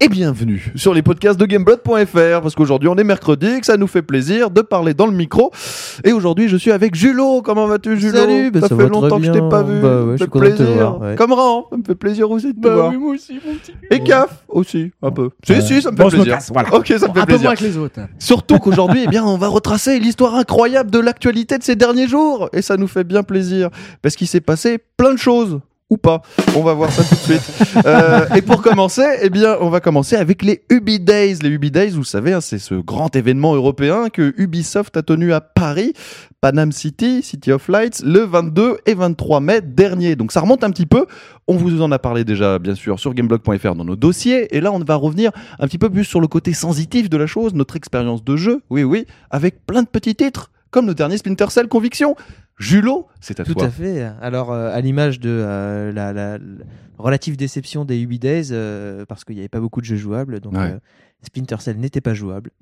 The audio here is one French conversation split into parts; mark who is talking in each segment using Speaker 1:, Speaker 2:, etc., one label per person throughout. Speaker 1: et bienvenue sur les podcasts de Gameblot.fr parce qu'aujourd'hui on est mercredi et que ça nous fait plaisir de parler dans le micro. Et aujourd'hui je suis avec Julo. Comment vas-tu Julo
Speaker 2: Salut, bah,
Speaker 1: Ça,
Speaker 2: ça
Speaker 1: fait
Speaker 2: va très
Speaker 1: longtemps que je t'ai
Speaker 2: bien.
Speaker 1: pas vu.
Speaker 2: Bah
Speaker 1: ça
Speaker 2: ouais,
Speaker 1: me
Speaker 2: je suis
Speaker 1: fait
Speaker 2: content de te
Speaker 1: plaisir.
Speaker 2: voir, ouais.
Speaker 1: Comme Ran, ça me fait plaisir aussi de te voir.
Speaker 3: Bah moi aussi, mon petit.
Speaker 1: Et CAF aussi, un peu. Si,
Speaker 2: Ouais.
Speaker 1: si, ça me fait
Speaker 3: Bon, je me
Speaker 1: plaisir.
Speaker 3: casse, voilà.
Speaker 1: Ok, ça me fait
Speaker 3: Un peu
Speaker 1: plaisir.
Speaker 3: moins que les autres.
Speaker 1: Surtout qu'aujourd'hui, eh bien, on va retracer l'histoire incroyable de l'actualité de ces derniers jours. Et ça nous fait bien plaisir. Parce qu'il s'est passé plein de choses. Ou pas. On va voir ça tout de suite. Euh, et pour commencer, eh bien, on va commencer avec les Ubi Days. Les Ubi Days, vous le savez, hein, c'est ce grand événement européen que Ubisoft a tenu à Paris, Panam City, City of Lights, le 22 et 23 mai dernier. Donc ça remonte un petit peu. On vous en a parlé déjà, bien sûr, sur gameblog.fr dans nos dossiers. Et là, on va revenir un petit peu plus sur le côté sensitif de la chose, notre expérience de jeu, oui, oui, avec plein de petits titres, comme le dernier Splinter Cell Conviction. Julo, c'est à
Speaker 2: Tout
Speaker 1: toi.
Speaker 2: à fait. Alors, euh, à l'image de euh, la, la- la relative déception des Ubi Days, euh, parce qu'il n'y avait pas beaucoup de jeux jouables, donc
Speaker 1: Ouais.
Speaker 2: euh, Splinter Cell n'était pas jouable.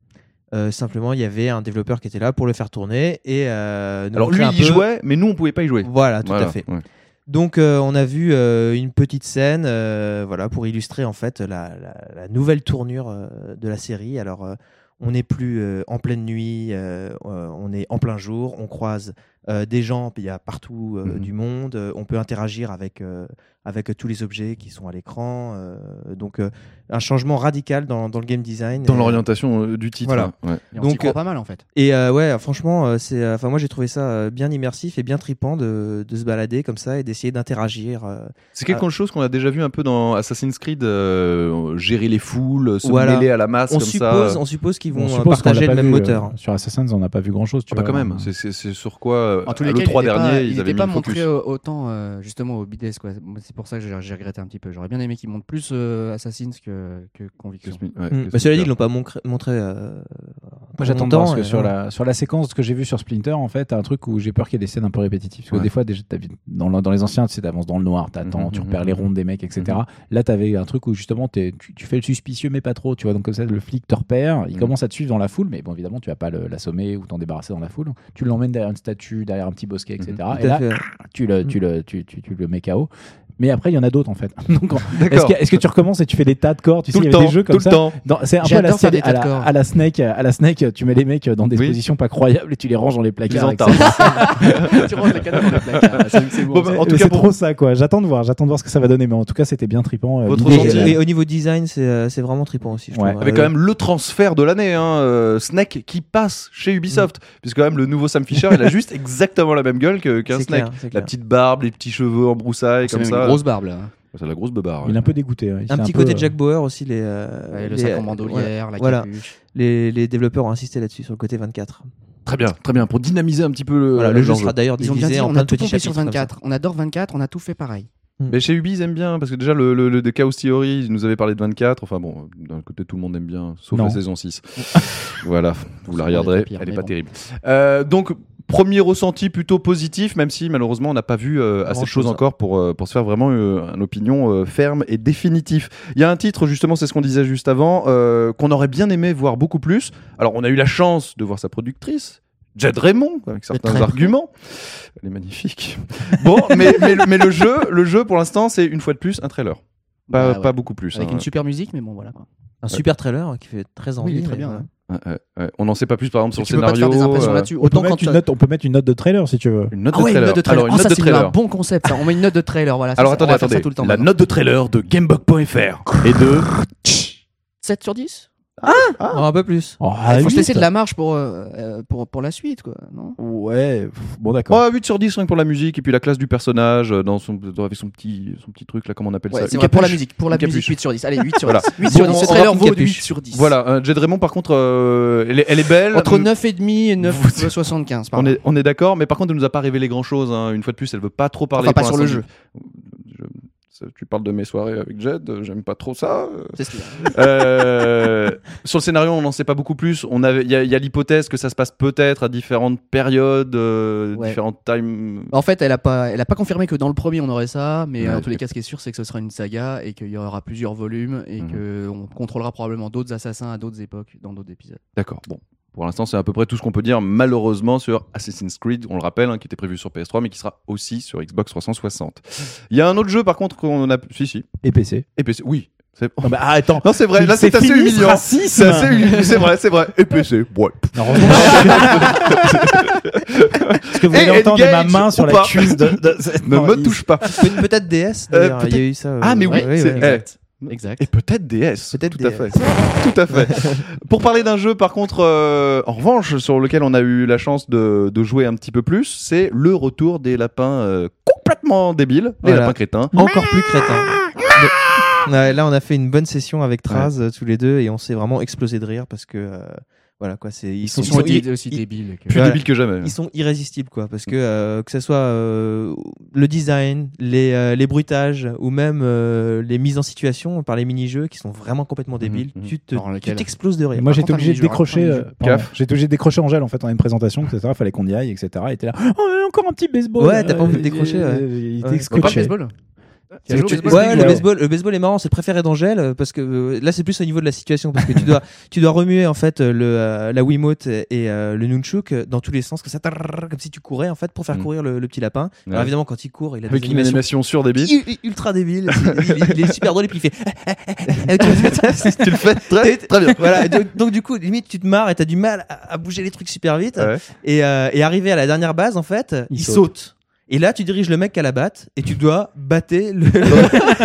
Speaker 2: Euh, simplement, il y avait un développeur qui était là pour le faire tourner et euh, nous
Speaker 1: Alors
Speaker 2: montrer
Speaker 1: lui,
Speaker 2: un
Speaker 1: il y
Speaker 2: peu-
Speaker 1: jouait, mais nous, on pouvait pas y jouer.
Speaker 2: Voilà, tout
Speaker 1: Voilà,
Speaker 2: à fait.
Speaker 1: ouais.
Speaker 2: Donc, euh, on a vu euh, une petite scène, euh, voilà, pour illustrer en fait la, la- la nouvelle tournure euh, de la série. Alors, euh, on n'est plus euh, en pleine nuit, euh, euh, on est en plein jour, on croise euh, des gens, il y a partout euh,
Speaker 1: Mhm.
Speaker 2: du monde, euh, on peut interagir avec euh, avec tous les objets qui sont à l'écran. euh, donc, euh, un changement radical dans, dans le game design.
Speaker 1: Dans
Speaker 2: Et-
Speaker 1: l'orientation euh, du titre.
Speaker 2: Voilà.
Speaker 1: ouais.
Speaker 3: Et on
Speaker 2: Donc,
Speaker 3: s'y croit
Speaker 2: euh,
Speaker 3: pas mal en fait.
Speaker 2: et euh, ouais, franchement, euh, c'est, euh, enfin moi j'ai trouvé ça euh, bien immersif et bien tripant de, de se balader comme ça et d'essayer d'interagir. euh,
Speaker 1: C'est
Speaker 3: Ah.
Speaker 1: quelque chose qu'on a déjà vu un peu dans Assassin's Creed, euh, gérer les foules, se
Speaker 2: Voilà.
Speaker 1: mêler à la masse
Speaker 2: on
Speaker 1: comme
Speaker 2: suppose,
Speaker 1: ça.
Speaker 2: on suppose qu'ils
Speaker 4: On
Speaker 2: vont euh,
Speaker 4: suppose qu'on
Speaker 2: partager le
Speaker 4: l'a pas
Speaker 2: même
Speaker 4: vu,
Speaker 2: moteur.
Speaker 4: euh, sur Assassin's, on n'a pas vu grand chose. Tu
Speaker 1: Ah bah
Speaker 4: vois.
Speaker 1: quand même, c'est- c'est c'est sur quoi euh,
Speaker 3: En tous
Speaker 1: à
Speaker 3: les cas,
Speaker 1: le 3
Speaker 3: ils étaient
Speaker 1: dernier,
Speaker 3: pas,
Speaker 1: ils avaient
Speaker 3: étaient
Speaker 1: mis
Speaker 3: pas
Speaker 1: le focus.
Speaker 3: montré euh, autant euh, justement au BDS quoi. Moi, C'est pour ça que j'ai j'ai regretté un petit peu. J'aurais bien aimé qu'ils montrent plus euh, Assassin's que, que
Speaker 1: Que
Speaker 3: Conviction.
Speaker 1: ce- ouais,
Speaker 2: Mm.
Speaker 1: que
Speaker 2: Bah,
Speaker 1: ce-
Speaker 2: cela dit, ils l'ont pas moncré- montré. euh,
Speaker 4: Moi, j'attends de
Speaker 2: longtemps,
Speaker 4: voir, parce que
Speaker 2: et
Speaker 4: sur,
Speaker 2: voilà.
Speaker 4: la, sur la séquence que j'ai vue sur Splinter, en fait, t'as un truc où j'ai peur qu'il y ait des scènes un peu répétitives. Parce que
Speaker 1: Ouais.
Speaker 4: des fois, déjà, t'as vu- dans, le- dans les anciens, tu sais, t'avances dans le noir, t'attends,
Speaker 1: Mhm,
Speaker 4: tu
Speaker 1: mhm,
Speaker 4: repères les
Speaker 1: mhm.
Speaker 4: rondes des mecs, etc. Là, t'avais un truc où justement, t'es- tu, tu fais le suspicieux, mais pas trop. Tu vois, donc comme ça, le flic te repère, il
Speaker 1: Mhm.
Speaker 4: commence à te suivre dans la foule, mais bon, évidemment, tu vas pas le- l'assommer ou t'en débarrasser dans la foule. Tu l'emmènes derrière une statue, derrière un petit bosquet, etc.
Speaker 1: Mhm.
Speaker 2: Tout
Speaker 4: Et
Speaker 2: à
Speaker 4: là,
Speaker 2: fait. Mhm.
Speaker 4: tu le, tu le, tu, tu, tu le mets KO. Mais après, il y en a d'autres, en fait. donc, en- est-ce
Speaker 1: D'accord.
Speaker 4: que, est-ce que tu recommences et tu fais des tas de corps Tu
Speaker 1: Tout
Speaker 4: sais, il
Speaker 1: le
Speaker 4: y avait
Speaker 1: temps,
Speaker 4: des jeux
Speaker 1: tout
Speaker 4: comme
Speaker 1: le
Speaker 4: ça.
Speaker 1: temps.
Speaker 4: Non, c'est un peu à
Speaker 3: J'adore
Speaker 4: la,
Speaker 3: faire des
Speaker 4: à, la,
Speaker 3: tas de corps.
Speaker 4: à la Snake, à la Snake, tu mets les mecs dans des
Speaker 1: Oui.
Speaker 4: positions pas croyables et tu les ranges dans les
Speaker 1: Ils
Speaker 4: placards.
Speaker 1: entendent.
Speaker 4: etc.
Speaker 3: tu ranges les cadavres dans le placard. C'est- c'est bon.
Speaker 1: Bon, bah, en
Speaker 4: Mais
Speaker 1: tout cas,
Speaker 4: c'est
Speaker 1: pour-
Speaker 4: trop ça quoi. J'attends de voir, j'attends de voir ce que ça va donner. Mais en tout cas, c'était bien trippant. euh,
Speaker 1: Votre
Speaker 4: l'idée,
Speaker 1: gentil.
Speaker 4: euh,
Speaker 2: Et, et au niveau design, c'est, euh, c'est vraiment tripant aussi. Je
Speaker 4: Ouais.
Speaker 2: trouve.
Speaker 1: Avec
Speaker 2: Euh,
Speaker 1: quand même le transfert de l'année, hein, euh, Snake qui passe chez Ubisoft. Puisque quand même le nouveau Sam Fisher, il a juste exactement la même gueule que- qu'un
Speaker 2: c'est
Speaker 1: Snake.
Speaker 2: clair, c'est
Speaker 1: La
Speaker 2: clair.
Speaker 1: petite barbe, les petits cheveux en broussaille,
Speaker 3: C'est
Speaker 1: comme
Speaker 3: même
Speaker 1: ça.
Speaker 3: une grosse barbe là.
Speaker 1: C'est la grosse beubare.
Speaker 4: Il est un peu dégoûté. ouais. Il s'est
Speaker 2: Un petit
Speaker 4: peu,
Speaker 2: côté
Speaker 4: euh,
Speaker 2: Jack Bauer aussi. Les, euh,
Speaker 3: Ouais, le
Speaker 2: les-
Speaker 3: sac en
Speaker 2: ouais.
Speaker 3: bandoulière, la
Speaker 2: Voilà.
Speaker 3: capuche.
Speaker 2: Les, les développeurs ont insisté là-dessus sur le côté 24.
Speaker 1: Très bien, très bien. Pour dynamiser un petit peu le,
Speaker 2: Voilà, le jeu
Speaker 1: l'enjeu.
Speaker 2: sera d'ailleurs
Speaker 3: Ils ont bien
Speaker 2: divisé
Speaker 3: dit,
Speaker 2: en
Speaker 3: on
Speaker 2: plein
Speaker 3: a
Speaker 2: de
Speaker 3: tout
Speaker 2: petits
Speaker 3: pompé
Speaker 2: chapitres.
Speaker 3: sur
Speaker 2: comme ça.
Speaker 3: 24. On adore 24, on a tout fait pareil.
Speaker 1: Mais chez Ubi, ils aiment bien. Parce que déjà, le, le, le The Chaos Theory, ils nous avaient parlé de 24. Enfin bon, d'un côté, tout le monde aime bien. Sauf
Speaker 4: Non.
Speaker 1: la saison 6. voilà, vous la regarderez.
Speaker 3: des pires,
Speaker 1: Elle est
Speaker 3: mais
Speaker 1: pas
Speaker 3: bon.
Speaker 1: terrible. Euh, donc. Premier ressenti plutôt positif, même si malheureusement on n'a pas vu euh, assez de
Speaker 2: Grand-chose,
Speaker 1: choses
Speaker 2: hein.
Speaker 1: encore pour, euh, pour se faire vraiment euh, une opinion euh, ferme et définitive. Il y a un titre, justement, c'est ce qu'on disait juste avant, euh, qu'on aurait bien aimé voir beaucoup plus. Alors on a eu la chance de voir sa productrice, Jade Raymond, avec certains
Speaker 3: très bon.
Speaker 1: arguments. Elle est magnifique. Bon, mais, mais, mais le jeu, le jeu pour l'instant, c'est une fois de plus un trailer. Pas,
Speaker 3: Bah, ouais.
Speaker 1: pas beaucoup plus.
Speaker 3: Avec
Speaker 1: hein.
Speaker 3: une super musique, mais bon voilà. quoi.
Speaker 2: Un super trailer qui fait très envie.
Speaker 3: il est très
Speaker 2: mais
Speaker 3: bien,
Speaker 2: voilà.
Speaker 3: ouais.
Speaker 1: Ouais, ouais, ouais. On n'en sait pas plus par exemple sur le
Speaker 3: Tu peux pas te
Speaker 1: scénario.
Speaker 3: faire des impressions
Speaker 1: euh,
Speaker 3: là-dessus.
Speaker 4: On peut,
Speaker 3: Autant quand
Speaker 4: mettre une
Speaker 3: t'as-
Speaker 4: note, on peut mettre une note de trailer si tu veux.
Speaker 1: Une note
Speaker 3: Ah ouais,
Speaker 1: de
Speaker 3: une note de
Speaker 1: trailer. Alors, une
Speaker 3: trailer. Ah,
Speaker 1: note
Speaker 3: ça,
Speaker 1: de
Speaker 3: c'est
Speaker 1: trailer.
Speaker 3: un bon concept, ça. On met une note de trailer. Voilà, Ça,
Speaker 1: Alors
Speaker 3: ça, on
Speaker 1: attendez,
Speaker 3: va faire ça
Speaker 1: attendez.
Speaker 3: tout le temps.
Speaker 1: La
Speaker 3: maintenant.
Speaker 1: note de trailer de Gamebug.fr et de
Speaker 3: 7 sur 10
Speaker 2: Oh, un peu plus.
Speaker 4: Oh,
Speaker 1: Ah,
Speaker 3: Il faut
Speaker 4: huit.
Speaker 3: se laisser de la marge pour, euh, euh, pour, pour la suite, quoi. Non
Speaker 4: Ouais. pff, Bon d'accord.
Speaker 1: Ouais, 8 sur 10 rien que pour la musique et puis la classe du personnage euh, dans son dans- avec son petit son petit truc là comment on appelle ça.
Speaker 3: Ouais, c'est
Speaker 1: Une
Speaker 3: vrai, pour la
Speaker 1: capuche.
Speaker 3: musique, pour la
Speaker 1: Une capuche.
Speaker 3: musique, 8 sur 10. Allez, 8 sur
Speaker 1: Voilà.
Speaker 3: 10. 8
Speaker 1: Bon,
Speaker 3: sur
Speaker 1: on
Speaker 3: 10.
Speaker 1: va
Speaker 3: Ce trailer
Speaker 1: voir
Speaker 3: vaut
Speaker 1: une
Speaker 3: 8
Speaker 1: capuche.
Speaker 3: sur 10.
Speaker 1: Voilà, euh, Jade Raymond par contre euh, elle, est, elle est belle.
Speaker 3: Entre
Speaker 1: Mm.
Speaker 3: 9,5 et
Speaker 1: Vous-
Speaker 3: 9,75.
Speaker 1: On
Speaker 3: pardon.
Speaker 1: est, on est d'accord, mais par contre, elle nous a pas révélé grand chose. Une fois de plus, elle veut pas trop parler.
Speaker 3: Enfin, pas
Speaker 1: pour
Speaker 3: sur le
Speaker 1: l'instant.
Speaker 3: jeu.
Speaker 1: Je- ça, tu parles de mes soirées avec Jed, euh, j'aime pas trop ça. euh.
Speaker 3: C'est ce qu'il y a.
Speaker 1: Euh, sur le scénario, on n'en sait pas beaucoup plus. On avait, il y a, il y a l'hypothèse que ça se passe peut-être à différentes périodes, euh,
Speaker 3: Ouais.
Speaker 1: différentes times.
Speaker 3: Bah, En fait, elle a pas, elle a pas confirmé que dans le premier on aurait ça, mais euh,
Speaker 1: Ouais,
Speaker 3: en tous les cas, ce qui est sûr, c'est que ce sera une saga et qu'il y aura plusieurs volumes et
Speaker 1: Mhm.
Speaker 3: que on contrôlera probablement d'autres assassins à d'autres époques dans d'autres épisodes.
Speaker 1: D'accord. Bon, pour l'instant, c'est à peu près tout ce qu'on peut dire malheureusement sur Assassin's Creed. On le rappelle, hein, qui était prévu sur PS3, mais qui sera aussi sur Xbox 360. Il y a un autre jeu, par contre, qu'on a, si si,
Speaker 4: Et PC.
Speaker 1: et PC. Oui, C'est-
Speaker 4: Non, bah, ah, attends.
Speaker 1: Non, c'est vrai, là c'est assez
Speaker 4: fini ce
Speaker 1: humiliant.
Speaker 4: racisme.
Speaker 1: C'est assez humiliant, c'est vrai, c'est vrai. Et PC, ouais.
Speaker 4: Non, heureusement que- Ce que vous
Speaker 1: Et
Speaker 4: voulez entendre de ma
Speaker 1: Engage
Speaker 4: main sur
Speaker 1: Eh, ou
Speaker 4: la
Speaker 1: pas.
Speaker 4: cuisse de. de- c'est-
Speaker 1: Ne
Speaker 4: non,
Speaker 1: me
Speaker 4: il-
Speaker 1: touche pas.
Speaker 2: Peut- Peut-être DS, d'ailleurs.
Speaker 1: peut-être-
Speaker 2: Il y a eu ça. euh,
Speaker 1: Ah, mais oui,
Speaker 2: ouais,
Speaker 1: c'est-
Speaker 2: ouais,
Speaker 1: eh,
Speaker 2: exact.
Speaker 3: Exact.
Speaker 1: Et peut-être DS.
Speaker 2: Peut-être
Speaker 1: tout à
Speaker 2: DS.
Speaker 1: fait. tout à fait. Pour parler d'un jeu, par contre, euh, en revanche, sur lequel on a eu la chance de, de jouer un petit peu plus, c'est le retour des lapins euh, complètement débiles, les
Speaker 2: Voilà.
Speaker 1: lapins crétins.
Speaker 2: Encore plus crétin. Mais- Ouais, là, on a fait une bonne session avec Traz euh, tous les deux et on s'est vraiment explosé de rire parce que euh, voilà quoi, c'est ils,
Speaker 3: Ils sont,
Speaker 2: ils sont- euh.
Speaker 3: aussi,
Speaker 2: ils-
Speaker 3: aussi
Speaker 2: ils-
Speaker 3: débiles. Que...
Speaker 1: Plus
Speaker 2: Voilà.
Speaker 1: débiles que jamais.
Speaker 2: ils sont irrésistibles quoi parce que euh, que ce soit euh, le design les, euh, les bruitages ou même euh, les mises en situation par les mini-jeux qui sont vraiment complètement débiles
Speaker 3: mhm.
Speaker 2: tu te-
Speaker 3: Dans lequel-
Speaker 2: tu t'exploses de rire
Speaker 4: Et Moi,
Speaker 3: Par
Speaker 4: j'étais
Speaker 3: contre, un
Speaker 4: obligé de
Speaker 3: mini-jeu,
Speaker 4: décrocher.
Speaker 3: un
Speaker 4: euh,
Speaker 3: mini-jeu.
Speaker 4: pardon,
Speaker 1: Caf.
Speaker 4: J'étais obligé de décrocher Angèle en fait en une présentation, etc. Fallait qu'on y aille, etc. Il était là. Oh, encore un petit baseball.
Speaker 2: Ouais, t'as pas envie de
Speaker 4: Euh,
Speaker 2: décrocher,
Speaker 4: euh,
Speaker 2: ouais. Ouais.
Speaker 4: Il
Speaker 2: Pas
Speaker 4: était
Speaker 3: Pas
Speaker 2: le
Speaker 3: le
Speaker 4: scotché.
Speaker 3: baseball
Speaker 4: C'est
Speaker 3: Tu as
Speaker 4: que
Speaker 3: joué au
Speaker 4: tu-
Speaker 3: baseball
Speaker 2: Ouais,
Speaker 4: Explique,
Speaker 2: le
Speaker 4: alors.
Speaker 2: baseball, le baseball est marrant, c'est le préféré d'Angèle euh, parce que euh, là c'est plus au niveau de la situation parce que tu dois tu dois remuer en fait euh, le euh, la Wiimote et euh, le nunchuk euh, dans tous les sens comme ça tarrrr, comme si tu courais en fait pour faire
Speaker 1: Mm.
Speaker 2: courir le, le petit lapin. Alors
Speaker 1: Ouais.
Speaker 2: évidemment quand il court, il a des
Speaker 1: Avec une
Speaker 2: animations
Speaker 1: animation sur débile.
Speaker 2: u- u- ultra débile, il, il- il est super drôle et puis il fait
Speaker 1: tu le fais très,
Speaker 2: T'es-
Speaker 1: très bien.
Speaker 2: voilà, et donc, donc du coup, limite, tu te marres et t'as du mal à, à bouger les trucs super vite.
Speaker 1: Ouais.
Speaker 2: Et, euh, et arrivé à la dernière base, en fait, il,
Speaker 4: Il
Speaker 2: saute.
Speaker 4: saute.
Speaker 2: Et là, tu diriges le mec à la batte et tu dois battre le.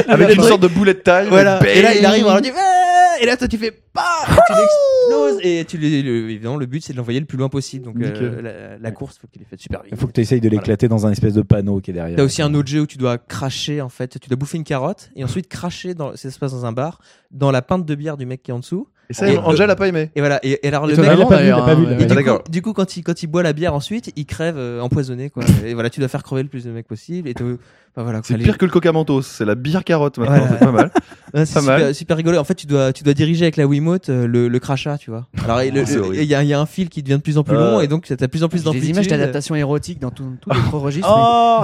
Speaker 1: Avec
Speaker 2: le
Speaker 1: une
Speaker 2: truc.
Speaker 1: sorte de bullet time.
Speaker 2: Voilà.
Speaker 1: bang.
Speaker 2: Et là, il arrive, alors tu fais- Et là, toi, tu fais pas. Tu l'exploses. Et tu le, le- évidemment, le but, c'est de l'envoyer le plus loin possible. Donc, euh,
Speaker 1: Nickel.
Speaker 2: la, la course, faut qu'il ait fait super vite.
Speaker 4: Il faut que tu essayes de l'éclater dans un espèce de panneau qui est derrière.
Speaker 2: T'as aussi un autre jeu où tu dois cracher en fait, tu dois bouffer une carotte et ensuite cracher dans, ça se passe dans un bar, dans la pinte de bière du mec qui est en dessous.
Speaker 1: Et ça,
Speaker 2: Et- euh,
Speaker 1: Angèle a pas aimé.
Speaker 2: Et voilà. Et, et alors le
Speaker 4: Il
Speaker 2: mec,
Speaker 4: l'a
Speaker 3: Étonnamment,
Speaker 4: pas vu, il l'a
Speaker 3: d'ailleurs,
Speaker 4: pas vu. il
Speaker 3: hein,
Speaker 4: l'a
Speaker 2: Et
Speaker 4: pas
Speaker 1: Ah,
Speaker 4: vu.
Speaker 2: du,
Speaker 1: d'accord.
Speaker 2: coup, du coup, quand il, quand il boit la bière ensuite, il crève euh, empoisonné. Quoi. et voilà, tu dois faire crever le plus de mecs possible. Et te- enfin, voilà,
Speaker 1: C'est
Speaker 2: quoi, les-
Speaker 1: pire que le coca mentos. C'est la bière carotte maintenant.
Speaker 2: Ouais.
Speaker 1: C'est pas mal.
Speaker 2: Ouais, c'est
Speaker 1: pas mal.
Speaker 2: super, super rigolo. En fait, tu dois, tu dois diriger avec la Wiimote euh, le, le crachat, tu vois. Alors, et le-
Speaker 1: C'est
Speaker 2: le-
Speaker 1: horrible.
Speaker 2: il y, a- il y a un fil qui devient de plus en plus
Speaker 1: Euh.
Speaker 2: long et donc tu as de plus en plus
Speaker 3: Des
Speaker 2: d'amplitude.
Speaker 3: images d'adaptation érotique dans tout- tous les trois registres.
Speaker 4: Oh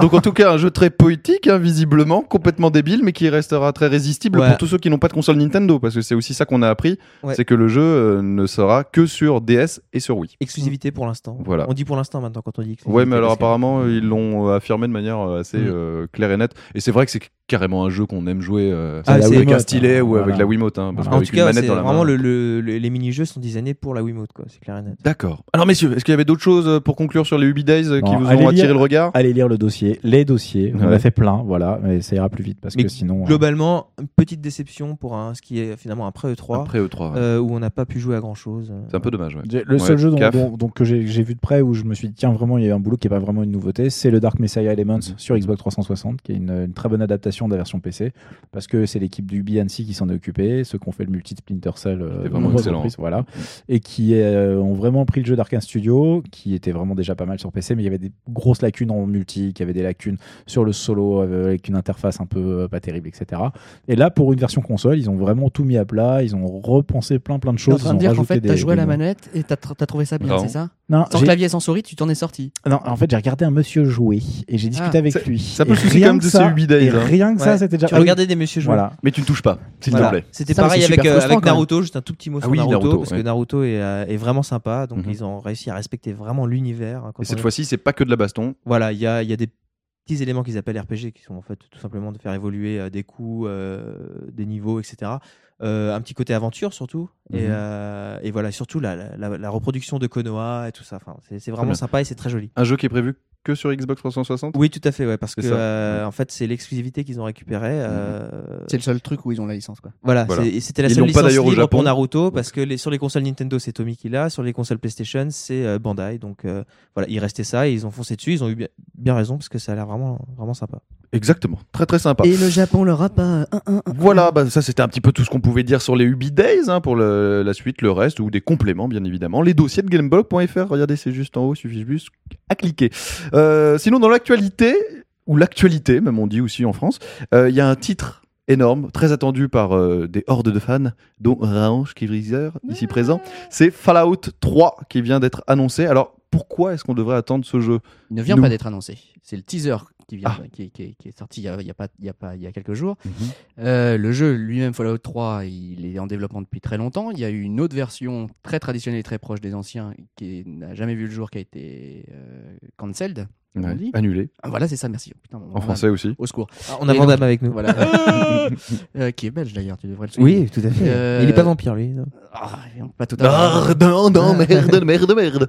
Speaker 1: Donc en tout cas un jeu très poétique, hein, visiblement complètement débile, mais qui restera très résistible
Speaker 2: Ouais.
Speaker 1: pour tous ceux qui n'ont pas de console Nintendo, parce que c'est aussi ça qu'on a appris,
Speaker 2: Ouais.
Speaker 1: c'est que le jeu euh, ne sera que sur DS et sur Wii.
Speaker 2: Exclusivité pour l'instant.
Speaker 1: Voilà.
Speaker 2: On dit pour l'instant maintenant quand on dit exclusivité.
Speaker 1: Ouais, mais alors
Speaker 2: parce que-
Speaker 1: apparemment euh, ils l'ont euh, affirmé de manière euh, assez
Speaker 2: Mm.
Speaker 1: euh, claire et nette. Et c'est vrai que c'est carrément un jeu qu'on aime jouer euh,
Speaker 2: Ah, c'est-
Speaker 1: avec un
Speaker 4: Wiimote,
Speaker 1: stylet
Speaker 4: hein,
Speaker 1: ou avec
Speaker 4: voilà.
Speaker 1: la Wiimote, hein, parce
Speaker 4: Voilà.
Speaker 2: En
Speaker 1: qu'avec
Speaker 2: tout
Speaker 1: une
Speaker 2: cas,
Speaker 1: manette
Speaker 2: c'est
Speaker 1: dans la
Speaker 2: vraiment
Speaker 1: main.
Speaker 2: le, le- le- les mini-jeux sont designés pour la Wiimote, quoi. C'est clair et net.
Speaker 1: D'accord. Alors messieurs, est-ce qu'il y avait d'autres choses euh, pour conclure sur les Ubi Days euh, qui
Speaker 4: Bon,
Speaker 1: vous
Speaker 4: allez
Speaker 1: ont attiré
Speaker 4: lire.
Speaker 1: le regard
Speaker 4: Allez lire le dossier, les dossiers. On en
Speaker 1: Ouais.
Speaker 4: a fait plein, voilà, mais ça ira plus vite parce
Speaker 2: Mais
Speaker 4: que sinon. euh,
Speaker 2: Globalement, une petite déception pour un, ce qui est finalement un pré E3
Speaker 1: Après E3, ouais.
Speaker 2: euh, où on n'a pas pu jouer à grand chose.
Speaker 1: c'est un peu dommage. ouais.
Speaker 4: Le seul
Speaker 1: Ouais,
Speaker 4: jeu dont,
Speaker 1: CAF.
Speaker 4: dont- donc, que j'ai j'ai vu de près où je me suis dit, tiens, vraiment, il y a eu un boulot qui n'est pas vraiment une nouveauté, c'est le Dark Messiah Elements
Speaker 1: Mhm.
Speaker 4: sur Xbox 360, qui est une, une très bonne adaptation de la version PC, parce que c'est l'équipe du Ubi Annecy qui s'en est occupée, ceux qui ont fait le multi de Splinter Cell, euh,
Speaker 1: C'était
Speaker 4: de
Speaker 1: vraiment
Speaker 4: nombreuses
Speaker 1: excellent.
Speaker 4: reprises, voilà, et qui euh, ont vraiment pris le jeu d'Arkane Studio, qui était vraiment déjà pas mal sur PC, mais il y avait des grosses lacunes en multi, qui avait des lacunes sur le solo euh, avec une interface un peu euh, pas terrible, etc. Et là, pour une version console, ils ont vraiment tout mis à plat, ils ont repensé plein plein de
Speaker 3: Tu es en
Speaker 4: choses.
Speaker 3: train
Speaker 4: ils
Speaker 3: de
Speaker 4: ont
Speaker 3: dire qu'en
Speaker 4: rajouté
Speaker 3: fait, t'as
Speaker 4: des-
Speaker 3: joué à
Speaker 4: des
Speaker 3: la
Speaker 4: noms.
Speaker 3: manette et t'as t'as trouvé ça bien,
Speaker 1: Non.
Speaker 3: c'est ça
Speaker 4: Non,
Speaker 3: Sans
Speaker 4: j'ai-
Speaker 3: clavier et sans souris, tu t'en es sorti.
Speaker 4: Non, en fait, j'ai regardé un monsieur jouer et j'ai discuté
Speaker 3: Ah.
Speaker 4: avec
Speaker 1: Ça-
Speaker 4: lui.
Speaker 1: ça peut
Speaker 4: Et
Speaker 1: le souci
Speaker 4: rien
Speaker 1: quand même
Speaker 4: que
Speaker 1: de
Speaker 4: ça-
Speaker 1: ces Ubi Days,
Speaker 4: Et
Speaker 1: hein.
Speaker 4: rien que
Speaker 2: Ouais.
Speaker 4: ça, c'était déjà.
Speaker 2: Tu regardais des messieurs jouer.
Speaker 4: Voilà.
Speaker 1: Mais tu ne touches pas, s'il
Speaker 4: Voilà.
Speaker 1: te plaît.
Speaker 2: C'était
Speaker 3: Ça, mais
Speaker 2: pareil
Speaker 3: c'est
Speaker 2: avec,
Speaker 3: super
Speaker 2: euh,
Speaker 3: frustrant,
Speaker 2: avec
Speaker 3: quand même.
Speaker 2: Naruto, juste un tout petit mot sur
Speaker 1: Ah oui,
Speaker 2: Naruto,
Speaker 1: Naruto,
Speaker 2: parce
Speaker 1: ouais.
Speaker 2: que Naruto est, euh, est vraiment sympa, donc
Speaker 1: Mhm.
Speaker 2: ils ont réussi à respecter vraiment l'univers. hein, quand
Speaker 1: Et cette
Speaker 2: on-
Speaker 1: fois-ci, c'est pas que de la baston,
Speaker 2: Voilà, il y a, il y a des petits éléments qu'ils appellent RPG, qui sont en fait tout simplement de faire évoluer euh, des coups, euh, des niveaux, etc. Euh, un petit côté aventure surtout,
Speaker 1: Mhm.
Speaker 2: et, euh, et voilà, surtout la, la- la- la reproduction de Konoha et tout ça. Enfin, c'est c'est vraiment
Speaker 1: bien.
Speaker 2: sympa et c'est très joli.
Speaker 1: un jeu qui est prévu que sur Xbox 360
Speaker 2: Oui, tout à fait, ouais, parce
Speaker 1: C'est
Speaker 2: que
Speaker 1: ça.
Speaker 2: euh, en fait, c'est l'exclusivité qu'ils ont récupérée. euh,
Speaker 3: C'est le seul truc où ils ont la licence, quoi.
Speaker 2: Voilà,
Speaker 1: Mhm. Voilà.
Speaker 2: c'est- et c'était la
Speaker 1: Ils
Speaker 2: seule
Speaker 1: l'ont pas
Speaker 2: licence
Speaker 1: d'ailleurs au
Speaker 2: libre
Speaker 1: Japon.
Speaker 2: pour Naruto parce que les, sur les consoles Nintendo c'est Tomy qui l'a, sur les consoles PlayStation c'est euh, Bandai. Donc euh, voilà, il restait ça et ils ont foncé dessus, ils ont eu bien, bien raison parce que ça a l'air vraiment, vraiment sympa.
Speaker 1: Exactement, très très sympa.
Speaker 3: Et le Japon leur a pas.
Speaker 1: Voilà, bah, ça c'était un petit peu tout ce qu'on pouvait dire sur les Ubi Days hein, pour le- la suite, le reste ou des compléments bien évidemment. Les dossiers de GameBlog.fr, regardez c'est juste en haut, suffit juste à cliquer. Euh, sinon dans l'actualité ou l'actualité même on dit aussi en France, euh, il y a un titre énorme, très attendu par euh, des hordes de fans, dont Raange Kivrizer ici présent. C'est Fallout 3 qui vient d'être annoncé. Alors pourquoi est-ce qu'on devrait attendre ce jeu
Speaker 3: Il ne vient
Speaker 1: Nous.
Speaker 3: pas d'être annoncé. C'est le teaser qui, vient,
Speaker 1: Ah.
Speaker 3: qui, qui- qui est sorti il y a, il y a pas, il y a pas- il y a quelques jours. Euh, le jeu lui-même, Fallout 3, il est en développement depuis très longtemps. Il y a eu une autre version très traditionnelle et très proche des anciens qui n'a jamais vu le jour, qui a été euh, cancelled. comme on
Speaker 1: Ouais.
Speaker 3: dit.
Speaker 1: Annulé.
Speaker 3: Ah, voilà, c'est ça, merci. Oh, putain, on en
Speaker 1: En
Speaker 3: a-
Speaker 1: français aussi.
Speaker 3: Au secours.
Speaker 2: Ah, on
Speaker 3: Et
Speaker 2: a
Speaker 3: donc-
Speaker 2: Vandame avec nous.
Speaker 3: Voilà. Euh, qui est belge d'ailleurs, tu devrais le souligner.
Speaker 2: Oui, tout à fait.
Speaker 3: Euh,
Speaker 2: Il est pas vampire, lui. non
Speaker 3: Ah, pas tout à fait.
Speaker 1: Ah, non, non, merde, merde, merde.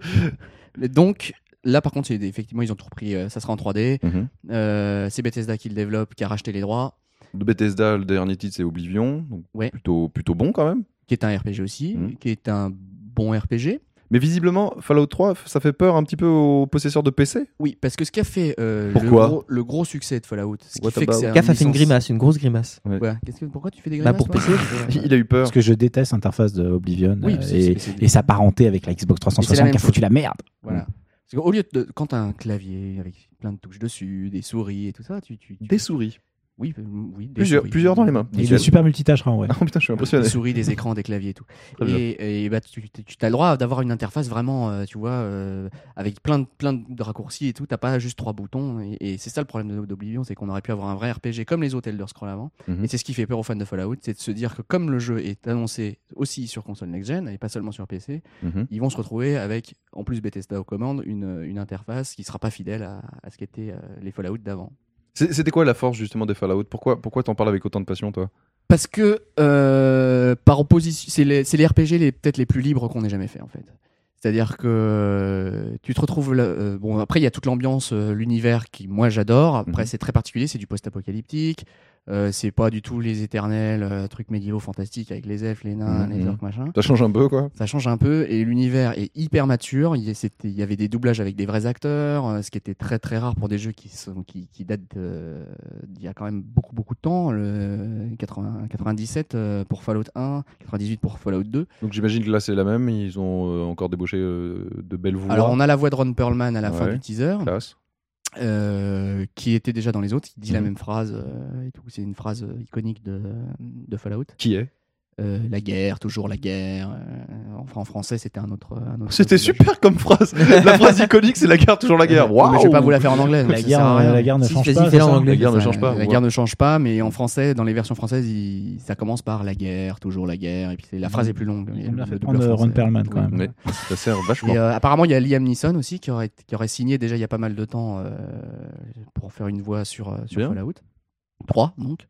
Speaker 3: Mais Donc, là par contre, c'est- effectivement, ils ont tout repris. euh, ça sera en 3D.
Speaker 1: Mhm.
Speaker 3: Euh, c'est Bethesda qui le développe, qui a racheté les droits,
Speaker 1: De Bethesda, le dernier titre, c'est Oblivion. Donc
Speaker 3: Ouais.
Speaker 1: plutôt, plutôt bon quand même.
Speaker 3: qui est un RPG aussi,
Speaker 1: Mhm.
Speaker 3: qui est un bon RPG.
Speaker 1: Mais visiblement, Fallout 3, ça fait peur un petit peu aux possesseurs de PC.
Speaker 3: Oui, parce que ce qu'a fait euh, le,
Speaker 1: Pourquoi
Speaker 3: gros, le gros succès de Fallout, ce qui
Speaker 1: What
Speaker 3: fait que
Speaker 1: about-
Speaker 3: c'est un
Speaker 2: Gaffe a fait une
Speaker 3: licence-
Speaker 2: grimace, une grosse grimace.
Speaker 3: Ouais, qu'est-ce que- pourquoi tu fais des
Speaker 2: Bah,
Speaker 3: grimaces
Speaker 2: pour
Speaker 3: toi
Speaker 2: PC.
Speaker 1: Il a eu peur.
Speaker 4: Parce que je déteste l'interface de Oblivion
Speaker 3: Oui,
Speaker 4: euh,
Speaker 3: parce que
Speaker 4: et,
Speaker 3: c'est- c'est-
Speaker 4: et sa parenté avec la Xbox
Speaker 3: Et c'est la
Speaker 4: 360
Speaker 3: même
Speaker 4: qui a foutu la merde.
Speaker 3: Voilà. Parce qu'au lieu de quand t'as un clavier avec plein de touches dessus, des souris et tout ça, tu, tu, tu-
Speaker 1: Des souris.
Speaker 3: oui, euh, oui, des
Speaker 1: Plusieurs-
Speaker 3: souris.
Speaker 1: plusieurs dans les mains.
Speaker 3: Des
Speaker 4: Et
Speaker 1: Nickel.
Speaker 4: de super multitâche, hein, ouais.
Speaker 1: Ah putain, je suis
Speaker 3: des
Speaker 1: impressionné.
Speaker 3: souris, des écrans, des claviers et tout.
Speaker 1: Très bien.
Speaker 3: Et, et bah, tu, tu- tu as le droit d'avoir une interface vraiment, euh, tu vois, euh, avec plein de, plein de raccourcis et tout. T'as pas juste trois boutons. Et, et c'est ça le problème de- d'Oblivion, c'est qu'on aurait pu avoir un vrai RPG comme les hôtels de Scroll avant.
Speaker 1: Mhm.
Speaker 3: Et c'est ce qui fait peur aux fans de Fallout, c'est de se dire que comme le jeu est annoncé aussi sur console next-gen et pas seulement sur PC,
Speaker 1: Mhm.
Speaker 3: ils vont se retrouver avec, en plus Bethesda aux commandes, une, une interface qui sera pas fidèle à, à ce qu'étaient euh, les Fallout d'avant.
Speaker 1: C'est- C'était quoi la force justement des Fallout Pourquoi, pourquoi t'en parles avec autant de passion, toi
Speaker 3: Parce que euh, par opposition, c'est les, c'est les RPG les peut-être les plus libres qu'on ait jamais fait en fait. C'est-à-dire que euh, tu te retrouves là, euh, bon après il y a toute l'ambiance, euh, l'univers qui moi j'adore. Après
Speaker 1: Mhm.
Speaker 3: c'est très particulier, c'est du post-apocalyptique. euh, c'est pas du tout les éternels euh, trucs médiévaux fantastiques avec les elfes, les nains, les
Speaker 1: Mhm.
Speaker 3: orques, machin.
Speaker 1: Ça change un peu, quoi.
Speaker 3: Ça change un peu et l'univers est hyper mature. Il y, c'était- il y avait des doublages avec des vrais acteurs, euh, ce qui était très très rare pour des jeux qui, sont, qui, qui datent de- d'il y a quand même beaucoup beaucoup de temps. Le 80 97 euh, pour Fallout 1, 98 pour Fallout 2.
Speaker 1: Donc j'imagine que là c'est la même, ils ont euh, encore débauché euh, de belles voix.
Speaker 3: Alors on a la voix de Ron Perlman à la fin
Speaker 1: Ouais.
Speaker 3: du teaser,
Speaker 1: Classe.
Speaker 3: euh, qui était déjà dans les autres, qui dit la
Speaker 1: Mhm.
Speaker 3: même phrase euh, et tout. C'est une phrase euh, iconique de, de Fallout.
Speaker 1: Qui est
Speaker 3: Euh, la guerre, toujours la guerre. euh, enfin en français c'était un autre. un autre
Speaker 1: C'était
Speaker 3: doublage.
Speaker 1: super comme phrase. la phrase iconique, c'est la guerre, toujours la guerre.
Speaker 3: Euh, mais
Speaker 1: Waouh
Speaker 3: je vais pas vous la faire en anglais. donc
Speaker 4: La
Speaker 3: ça sert à
Speaker 4: guerre,
Speaker 3: rien.
Speaker 4: la guerre ne
Speaker 2: Si,
Speaker 4: change
Speaker 2: vas-y, fais-la
Speaker 4: pas. c'est
Speaker 2: en
Speaker 4: ça
Speaker 2: anglais.
Speaker 1: La guerre ne
Speaker 3: Ça,
Speaker 1: change pas.
Speaker 3: La guerre ne change pas, mais en français, dans les versions françaises, il- ça commence par la guerre, toujours la guerre, et puis c'est- la phrase est plus longue.
Speaker 4: Ils
Speaker 3: Et
Speaker 4: ont bien
Speaker 3: le
Speaker 4: fait de
Speaker 3: doubleur
Speaker 4: prendre, euh, Ron
Speaker 3: français.
Speaker 4: Perlman, quand même.
Speaker 1: Mais ça sert vachement.
Speaker 3: Et, euh, apparemment, il y a Liam Neeson aussi qui aurait, qui aurait signé déjà il y a pas mal de temps euh, pour faire une voix sur, euh, sur
Speaker 1: Bien.
Speaker 3: Fallout 3. Donc.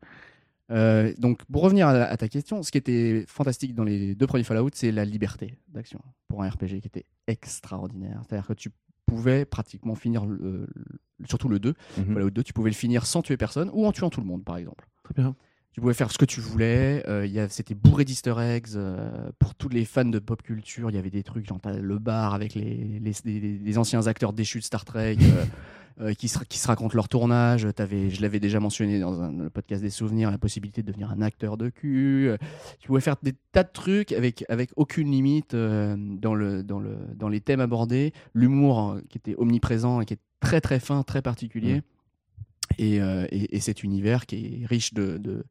Speaker 3: Euh, donc, pour revenir à, à ta question, ce qui était fantastique dans les deux premiers Fallout, c'est la liberté d'action pour un RPG qui était extraordinaire. C'est-à-dire que tu pouvais pratiquement finir, le- le- surtout euh, le 2,
Speaker 1: Mhm.
Speaker 3: Fallout 2, tu pouvais le finir sans tuer personne ou en tuant tout le monde, par exemple.
Speaker 1: Très bien.
Speaker 3: Tu pouvais faire ce que tu voulais. euh, il y a- C'était bourré d'easter eggs. euh, pour tous les fans de pop culture, il y avait des trucs, genre t'as le bar avec les, les- les- les anciens acteurs déchus de Star Trek. euh, euh, qui, se, qui se racontent leur tournage. T'avais- je l'avais déjà mentionné dans, un- le podcast des souvenirs, la possibilité de devenir un acteur de cul. euh, Tu pouvais faire des tas de trucs avec, avec aucune limite euh, dans, le, dans, le, dans les thèmes abordés. L'humour euh, qui était omniprésent et qui est très très fin, très particulier.
Speaker 1: Mm.
Speaker 3: Et, euh, et- et cet univers qui est riche de... de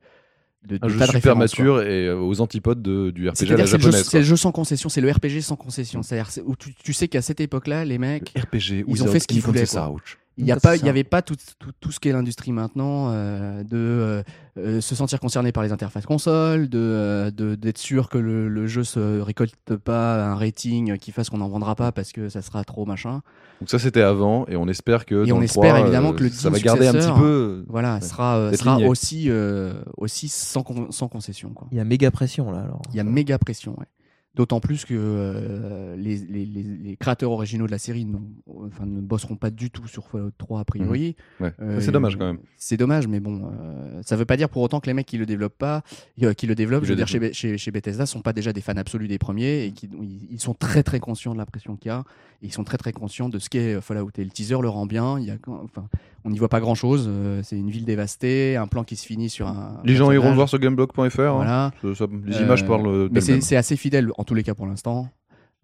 Speaker 3: de,
Speaker 1: Un
Speaker 3: de
Speaker 1: jeu
Speaker 3: tas de
Speaker 1: super
Speaker 3: références, quoi.
Speaker 1: mature et euh, aux antipodes de- du RPG à la
Speaker 3: C'est-à-dire, c'est le, jeu-
Speaker 1: japonaise.
Speaker 3: c'est le jeu sans concession, c'est le RPG sans
Speaker 1: Mm.
Speaker 3: concession. C'est-à-dire c'est- où tu, tu sais qu'à cette époque-là, les mecs,
Speaker 1: quoi. RPG,
Speaker 3: Ils ont fait ce qu'ils voulaient, quoi. il n'y a
Speaker 2: Ça,
Speaker 3: pas-
Speaker 2: c'est
Speaker 3: il y
Speaker 2: ça.
Speaker 3: avait pas tout, tout, tout ce qu'est l'industrie maintenant, euh, de euh, euh, se sentir concerné par les interfaces consoles, de euh, de- d'être sûr que le, le jeu se récolte pas un rating qui fasse qu'on n'en vendra pas parce que ça sera trop machin.
Speaker 1: Donc ça c'était avant et on espère que
Speaker 3: Et
Speaker 1: dans
Speaker 3: on
Speaker 1: le
Speaker 3: espère
Speaker 1: 3,
Speaker 3: évidemment que le
Speaker 1: ça
Speaker 3: digne
Speaker 1: va garder un petit
Speaker 3: successeur-
Speaker 1: peu euh,
Speaker 3: Voilà, sera, euh,
Speaker 1: D'être
Speaker 3: sera
Speaker 1: ligné.
Speaker 3: aussi, euh, aussi sans, con- sans concession. Quoi.
Speaker 2: Il y a méga pression là. Alors.
Speaker 3: Il y a méga pression. ouais. D'autant plus que euh, les, les- les- les créateurs originaux de la série n'ont- enfin, ne bosseront pas du tout sur Fallout
Speaker 2: Mmh.
Speaker 3: 3 a priori.
Speaker 1: ouais. Ça,
Speaker 3: Euh,
Speaker 1: c'est dommage quand même.
Speaker 3: C'est dommage, mais bon, euh, ça veut pas dire pour autant que les mecs qui le développent pas, euh, qui le développent,
Speaker 1: Ils
Speaker 3: je veux
Speaker 1: le
Speaker 3: dire, chez, Be- chez, chez Bethesda, sont pas déjà des fans absolus des premiers et qui, ils, ils sont très très conscients de la pression qu'il y a. Et ils sont très très conscients de ce qu'est euh, Fallout. Et le teaser le rend bien. Il y a, enfin, on n'y voit pas grand chose. c'est une ville dévastée, un plan qui se finit sur un.
Speaker 1: Les gens iront
Speaker 3: personnage.
Speaker 1: le voir sur gameblog.fr. hein.
Speaker 3: Voilà.
Speaker 1: Ça- ça- les
Speaker 3: Euh,
Speaker 1: images parlent euh,
Speaker 3: Mais c'est
Speaker 1: d'elles-mêmes.
Speaker 3: c'est assez fidèle, en tous les cas pour l'instant,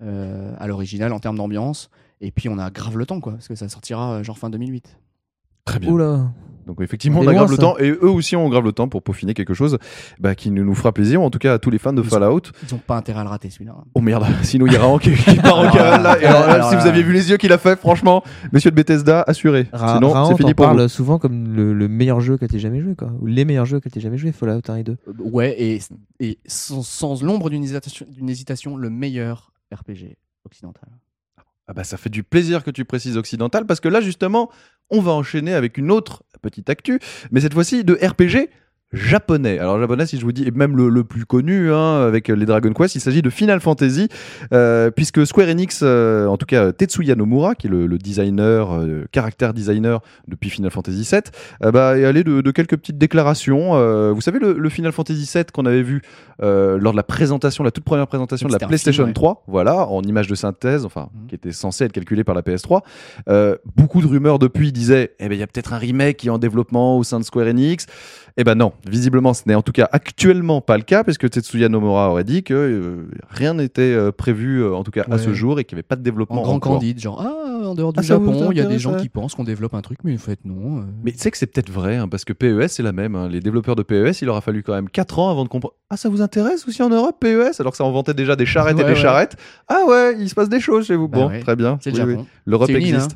Speaker 3: euh, à l'original en termes d'ambiance. Et puis on a grave le temps, quoi, parce que ça sortira euh, genre fin 2008.
Speaker 1: Très bien.
Speaker 2: Oula.
Speaker 1: Donc effectivement,
Speaker 2: C'est
Speaker 1: on a
Speaker 2: loin,
Speaker 1: grave le
Speaker 2: ça.
Speaker 1: temps et eux aussi ont grave le temps pour peaufiner quelque chose bah, qui nous nous fera plaisir, en tout cas à tous les fans de
Speaker 3: Ils-
Speaker 1: Fallout.
Speaker 3: Ils ont pas intérêt à le rater celui-là. hein.
Speaker 1: Oh merde, sinon il y a Raon qui, qui part en
Speaker 3: Alors
Speaker 1: cavale là.
Speaker 3: là,
Speaker 1: Et alors là,
Speaker 3: Ah, alors
Speaker 1: si
Speaker 3: là.
Speaker 1: vous aviez vu les yeux qu'il a fait, franchement, monsieur de Bethesda, assuré.
Speaker 2: Ra
Speaker 1: sinon,
Speaker 2: Raon
Speaker 1: c'est
Speaker 2: t'en
Speaker 1: fini pour
Speaker 2: parle
Speaker 1: vous.
Speaker 2: souvent comme le, le meilleur jeu que t'aies jamais joué, quoi. Ou les meilleurs jeux que t'aies jamais joué, Fallout 1 et 2.
Speaker 3: Euh, Ouais, et, et sans, sans l'ombre d'une hésitation, d'une hésitation, le meilleur RPG occidental.
Speaker 1: Ah bah ça fait du plaisir que tu précises occidental parce que là justement, on va enchaîner avec une autre petite actu, mais cette fois-ci de RPG japonais. Alors japonais, si je vous dis, et même le, le plus connu hein, avec les Dragon Quest, il s'agit de Final Fantasy, euh, puisque Square Enix, euh, en tout cas Tetsuya Nomura, qui est le, le designer, euh, caractère designer depuis Final Fantasy VII, euh, bah, est allé de, de quelques petites déclarations. Euh, vous savez le, le Final Fantasy VII qu'on avait vu euh, lors de la présentation, la toute première présentation de la
Speaker 3: C'était un
Speaker 1: PlayStation
Speaker 3: film, ouais.
Speaker 1: 3, voilà, en image de synthèse, enfin,
Speaker 3: Mhm.
Speaker 1: qui était censée être calculée par la PS3. Euh, beaucoup de rumeurs depuis disaient, eh ben il y a peut-être un remake qui est en développement au sein de Square Enix. Eh ben non, visiblement, ce n'est en tout cas actuellement pas le cas, parce que Tetsuya Nomura aurait dit que euh, rien n'était euh, prévu, euh, en tout cas à
Speaker 3: Ouais.
Speaker 1: ce jour, et qu'il n'y avait pas de développement.
Speaker 3: En grand
Speaker 1: cours.
Speaker 3: candide, genre, ah, en dehors du
Speaker 1: Ah, ça vous
Speaker 3: Japon, il y a des
Speaker 1: intéresse,
Speaker 3: gens
Speaker 1: ouais.
Speaker 3: qui pensent qu'on développe un truc, mais en fait, non. euh.
Speaker 1: Mais tu sais que c'est peut-être vrai, hein, parce que PES, c'est la même. hein. Les développeurs de PES, il leur a fallu quand même 4 ans avant de comprendre. Ah, ça vous intéresse aussi en Europe, PES Alors que ça inventait déjà des charrettes et
Speaker 3: Ouais,
Speaker 1: des
Speaker 3: ouais.
Speaker 1: charrettes. Ah ouais, il se passe des choses chez vous.
Speaker 3: Bah
Speaker 1: bon,
Speaker 3: ouais,
Speaker 1: très bien.
Speaker 3: C'est le
Speaker 1: Oui, oui.
Speaker 3: Japon.
Speaker 1: L'Europe
Speaker 3: C'est hein. une île,
Speaker 1: existe.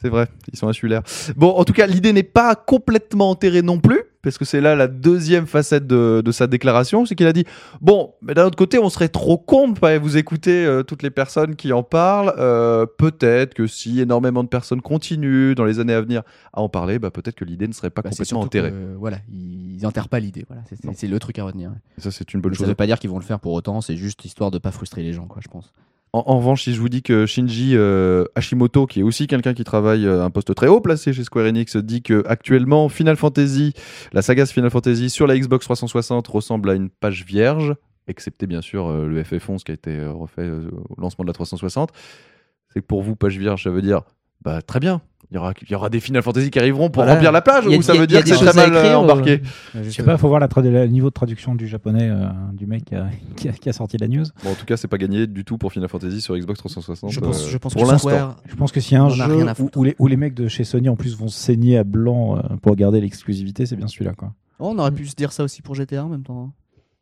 Speaker 1: C'est vrai, ils sont insulaires. Bon, en tout cas, l'idée n'est pas complètement enterrée non plus, parce que c'est là la deuxième facette de, de sa déclaration, c'est qu'il a dit bon, mais d'un autre côté, on serait trop con de pas vous écouter euh, toutes les personnes qui en parlent. Euh, peut-être que si énormément de personnes continuent dans les années à venir à en parler, bah, peut-être que l'idée ne serait pas
Speaker 3: Bah, c'est
Speaker 1: complètement
Speaker 3: surtout
Speaker 1: enterrée.
Speaker 3: que, voilà, ils enterrent pas l'idée. Voilà, c'est- c'est
Speaker 1: Non.
Speaker 3: c'est le truc à retenir.
Speaker 1: Et ça, c'est une bonne
Speaker 3: Mais ça
Speaker 1: chose.
Speaker 3: veut pas dire qu'ils vont le faire pour autant, c'est juste histoire de pas frustrer les gens, quoi, je pense.
Speaker 1: En, en revanche, si je vous dis que Shinji euh, Hashimoto, qui est aussi quelqu'un qui travaille euh, à un poste très haut placé chez Square Enix, dit que actuellement Final Fantasy, la saga Final Fantasy sur la Xbox 360 ressemble à une page vierge, excepté bien sûr euh, le FF11 qui a été euh, refait euh, au lancement de la 360. C'est que pour vous, page vierge, ça veut dire bah très bien. Il y aura, il y aura des Final Fantasy qui arriveront pour
Speaker 2: Voilà.
Speaker 1: remplir la plage,
Speaker 2: Il y a-
Speaker 1: ou Ah, ça
Speaker 2: il y a-
Speaker 1: veut
Speaker 2: il y a
Speaker 1: dire que c'est
Speaker 2: des
Speaker 1: très
Speaker 2: choses à
Speaker 1: mal euh,
Speaker 2: écrire, euh,
Speaker 1: embarqué.
Speaker 4: Je sais pas, faut voir la trad- le niveau de traduction du japonais euh, du mec qui a, qui a- qui a sorti la news.
Speaker 1: Bon, en tout cas, c'est pas gagné du tout pour Final Fantasy sur Xbox 360.
Speaker 2: Je pense,
Speaker 1: euh,
Speaker 2: je pense
Speaker 1: pour
Speaker 2: que
Speaker 1: l'instant.
Speaker 2: Square-
Speaker 4: Je pense que s'il y a un
Speaker 3: On en a
Speaker 4: jeu
Speaker 3: rien à
Speaker 4: où,
Speaker 3: foutre.
Speaker 4: où les, où les mecs de chez Sony en plus vont saigner à blanc euh, pour garder l'exclusivité, c'est bien celui-là. Quoi.
Speaker 3: Oh,
Speaker 1: Mm.
Speaker 3: on aurait pu se dire ça aussi pour GTA en même temps. hein.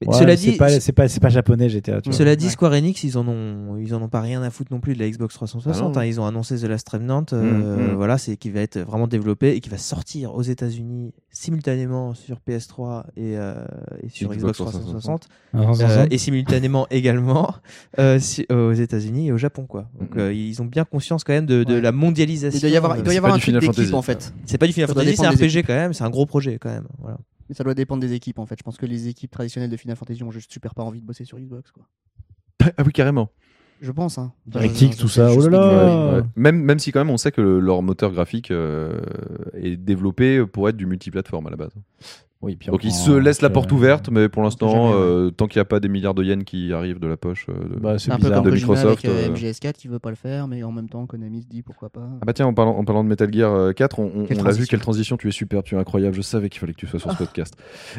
Speaker 2: Mais
Speaker 4: Ouais,
Speaker 2: cela
Speaker 4: mais c'est
Speaker 2: dit,
Speaker 4: pas, c'est pas, c'est pas japonais GTA. Tu vois.
Speaker 2: Cela dit,
Speaker 3: Ouais.
Speaker 2: Square Enix, ils en ont, ils en ont pas rien à foutre non plus de la Xbox 360.
Speaker 1: Ah non.
Speaker 2: hein. Ils ont annoncé The Last Remnant, euh,
Speaker 1: Mm, mm.
Speaker 2: voilà, c'est qui va être vraiment développé et qui va sortir aux États-Unis simultanément sur PS3 et, euh, et sur
Speaker 1: Xbox
Speaker 2: Xbox
Speaker 1: 360.
Speaker 2: 360
Speaker 4: Dans un sens,
Speaker 2: euh,
Speaker 4: hein.
Speaker 2: et simultanément également euh, si- aux États-Unis et au Japon, quoi. Donc
Speaker 1: Mm, mm.
Speaker 2: euh, ils ont bien conscience quand même de, de
Speaker 3: Ouais.
Speaker 2: la mondialisation.
Speaker 3: Il doit y avoir, il doit y
Speaker 1: c'est
Speaker 3: avoir
Speaker 1: pas
Speaker 3: un
Speaker 1: du Final
Speaker 3: truc d'équipe
Speaker 1: Fantasy.
Speaker 3: en fait.
Speaker 2: C'est pas du Final
Speaker 3: Ça doit
Speaker 2: Fantasy, c'est un
Speaker 3: dépendre des
Speaker 2: PG quand même, c'est un gros projet quand même. Voilà.
Speaker 3: Mais ça doit dépendre des équipes en fait. Je pense que les équipes traditionnelles de Final Fantasy ont juste super pas envie de bosser sur Xbox quoi.
Speaker 1: Ah oui, carrément.
Speaker 3: Je pense hein.
Speaker 4: DirectX,
Speaker 3: Je-
Speaker 4: tout
Speaker 3: je-
Speaker 4: ça,
Speaker 3: je- je
Speaker 4: oh là là.
Speaker 3: spécule, oui.
Speaker 1: Ouais. Même, même si quand même on sait que le- leur moteur graphique euh, est développé pour être du multiplateforme à la base.
Speaker 4: Oui, puis
Speaker 1: Donc
Speaker 4: on-
Speaker 1: ils se laissent la
Speaker 4: euh,
Speaker 1: porte ouverte, mais pour l'instant,
Speaker 3: jamais, ouais.
Speaker 1: euh, tant qu'il n'y a pas des milliards de yens qui arrivent de la poche. euh, de-
Speaker 4: Bah, c'est
Speaker 3: C'est un peu
Speaker 4: bizarre.
Speaker 3: comme
Speaker 1: de
Speaker 3: Kojima
Speaker 1: Microsoft,
Speaker 3: avec euh,
Speaker 1: euh.
Speaker 3: MGS4 qui veut pas le faire, mais en même temps Konami se dit pourquoi pas.
Speaker 1: Ah bah tiens, en parlant, en parlant de Metal Gear euh, 4, on, on-
Speaker 3: Quelle
Speaker 1: on l'a vu,
Speaker 3: transition. Ah.
Speaker 1: quelle transition, tu es superbe, tu es incroyable, je savais qu'il fallait que tu sois sur ce podcast.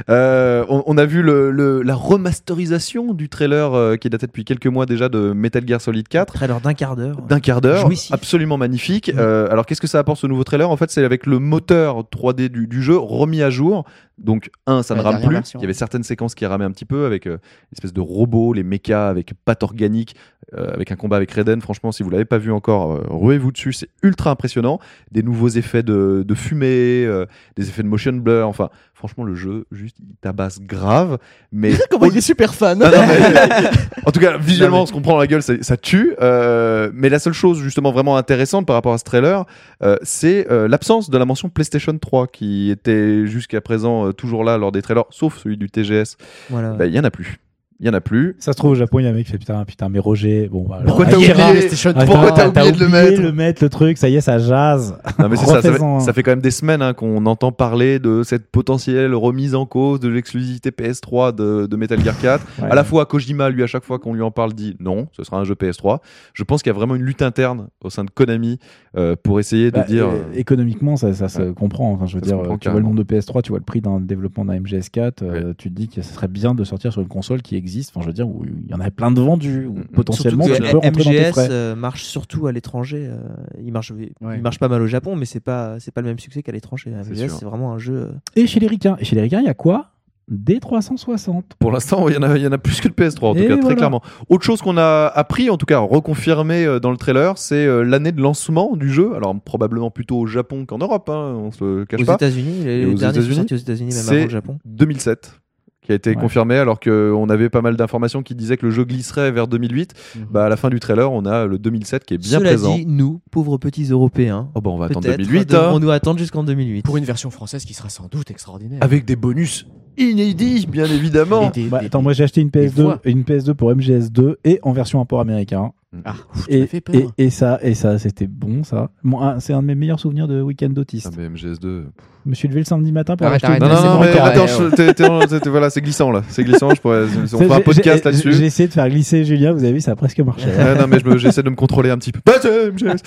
Speaker 1: Euh, on, on a vu le, le- la remasterisation du trailer euh, qui est daté depuis quelques mois déjà de Metal Gear Solid 4.
Speaker 2: Trailer d'un quart d'heure.
Speaker 1: d'un quart d'heure,
Speaker 2: Jouissif.
Speaker 1: absolument magnifique.
Speaker 2: Oui.
Speaker 1: Euh, alors qu'est-ce que ça apporte ce nouveau trailer En fait, c'est avec le moteur 3D du, du jeu remis à jour. Donc un, ça
Speaker 3: La
Speaker 1: ne rame
Speaker 3: dernière
Speaker 1: plus.
Speaker 3: version.
Speaker 1: Il y avait certaines séquences qui ramaient un petit peu avec euh, l'espèce de robot, les mechas avec pâte organique, euh, avec un combat avec Raiden. Franchement, si vous l'avez pas vu encore, euh, ruez-vous dessus. C'est ultra impressionnant. Des nouveaux effets de, de fumée, euh, des effets de motion blur. Enfin, franchement, le jeu juste il tabasse grave. Mais
Speaker 3: Comment il est super fan
Speaker 1: non, non, mais- en tout cas, visuellement,
Speaker 3: Non, mais-
Speaker 1: on se comprend la gueule, ça, ça tue. Euh, mais la seule chose justement vraiment intéressante par rapport à ce trailer, euh, c'est euh, l'absence de la mention PlayStation 3 qui était jusqu'à présent euh, toujours là lors des trailers, sauf celui du TGS.
Speaker 2: Voilà.
Speaker 1: Bah, Il y en a plus. Il y en a plus.
Speaker 4: Ça se trouve au Japon, il y a un mec qui fait putain, putain, mais Roger, bon, bah,
Speaker 1: Pourquoi
Speaker 4: alors,
Speaker 1: t'as
Speaker 4: Akira,
Speaker 1: oublié
Speaker 3: PlayStation
Speaker 4: Attends,
Speaker 1: Pourquoi t'as oublié de le mettre
Speaker 4: Ah, le le truc, ça y est, ça jase.
Speaker 1: Non, mais c'est ça, ça, fait,
Speaker 4: Refaisons.
Speaker 1: ça fait quand même des semaines hein, qu'on entend parler de cette potentielle remise en cause de l'exclusivité PS3 de, de Metal Gear 4.
Speaker 4: Ouais.
Speaker 1: À la fois, Kojima, lui, à chaque fois qu'on lui en parle, dit non, ce sera un jeu PS3. Je pense qu'il y a vraiment une lutte interne au sein de Konami euh, pour essayer de
Speaker 4: Bah,
Speaker 1: dire.
Speaker 4: euh, économiquement, ça, ça se
Speaker 1: ouais.
Speaker 4: comprend. Enfin, je veux
Speaker 1: Ça se
Speaker 4: dire,
Speaker 1: comprend
Speaker 4: tu vois le
Speaker 1: carrément.
Speaker 4: nombre de PS3, tu vois le prix d'un développement d'un MGS4, euh, tu te dis que ce serait bien de sortir sur une console qui existe. Enfin, je veux dire, où il y en a plein de vendus, où
Speaker 1: Mm.
Speaker 4: potentiellement
Speaker 2: Surtout
Speaker 4: tu
Speaker 2: que
Speaker 4: peux rentrer dans tes
Speaker 2: MGS
Speaker 4: frais.
Speaker 2: euh, marche surtout à l'étranger. euh, il marche,
Speaker 3: Ouais.
Speaker 2: il marche pas mal au Japon, mais c'est pas, c'est pas le même succès qu'à l'étranger. MGS,
Speaker 1: sûr.
Speaker 2: c'est vraiment un jeu. euh,
Speaker 4: Et chez les Ricains, et chez les Ricains, il y a quoi Des 360.
Speaker 1: Pour l'instant, il y, en a- il y en a plus que de PS3, en tout
Speaker 4: Et
Speaker 1: cas, très
Speaker 4: voilà.
Speaker 1: clairement. Autre chose qu'on a appris, en tout cas reconfirmé euh, dans le trailer, c'est euh, l'année de lancement du jeu. Alors, probablement plutôt au Japon qu'en Europe, hein, on se le cache
Speaker 2: aux
Speaker 1: pas.
Speaker 2: États-Unis,
Speaker 1: Et
Speaker 2: les
Speaker 1: aux
Speaker 2: derniers sont
Speaker 1: États-Unis,
Speaker 2: sortis aux États-Unis, même
Speaker 1: c'est-
Speaker 2: avant le Japon.
Speaker 1: 2007, qui a été
Speaker 4: Ouais.
Speaker 1: confirmé alors qu'on avait pas mal d'informations qui disaient que le jeu glisserait vers 2008.
Speaker 3: Mhm.
Speaker 1: Bah, à la fin du trailer, on a le 2007 qui est bien
Speaker 2: Cela
Speaker 1: présent.
Speaker 2: dit, nous, pauvres petits Européens,
Speaker 1: Oh bah on va attendre
Speaker 2: peut-être
Speaker 1: 2008.
Speaker 2: devrons
Speaker 1: hein.
Speaker 2: nous attendre jusqu'en 2008.
Speaker 3: Pour une version française qui sera sans doute extraordinaire.
Speaker 1: Avec des bonus inédits, bien évidemment.
Speaker 3: Et des-
Speaker 4: Bah,
Speaker 3: des-
Speaker 4: attends, moi j'ai acheté une PS2,
Speaker 3: voix.
Speaker 4: une PS2 pour MGS2 et en version import américain.
Speaker 1: Mm.
Speaker 3: Ah, ouf, tu m'as
Speaker 4: Et,
Speaker 3: fait peur.
Speaker 4: et, et ça, et ça, c'était bon ça. Bon, ah, c'est un de mes meilleurs souvenirs de week-end d'autiste.
Speaker 1: Ah, mais Ah MGS2.
Speaker 4: Je me suis levé le samedi matin pour
Speaker 3: Arrête,
Speaker 4: acheter une
Speaker 1: Non,
Speaker 3: Ouais,
Speaker 1: non,
Speaker 3: c'est
Speaker 1: non,
Speaker 3: bon,
Speaker 1: mais
Speaker 3: encore,
Speaker 1: attends,
Speaker 3: ouais,
Speaker 1: je- t'es- t'es en- t'es- t'es- voilà, c'est glissant là. C'est glissant, je pourrais, on
Speaker 4: Ça,
Speaker 1: fera un
Speaker 4: j'ai-
Speaker 1: podcast
Speaker 4: j'ai-
Speaker 1: là-dessus.
Speaker 4: J'ai essayé de faire glisser Julien, vous avez vu, ça a presque marché.
Speaker 1: Ouais, non, mais je me- j'essaie de me contrôler un petit peu. Bah, c'est MGS.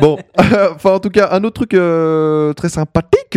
Speaker 1: Bon, enfin, en tout cas, un autre truc euh, très sympathique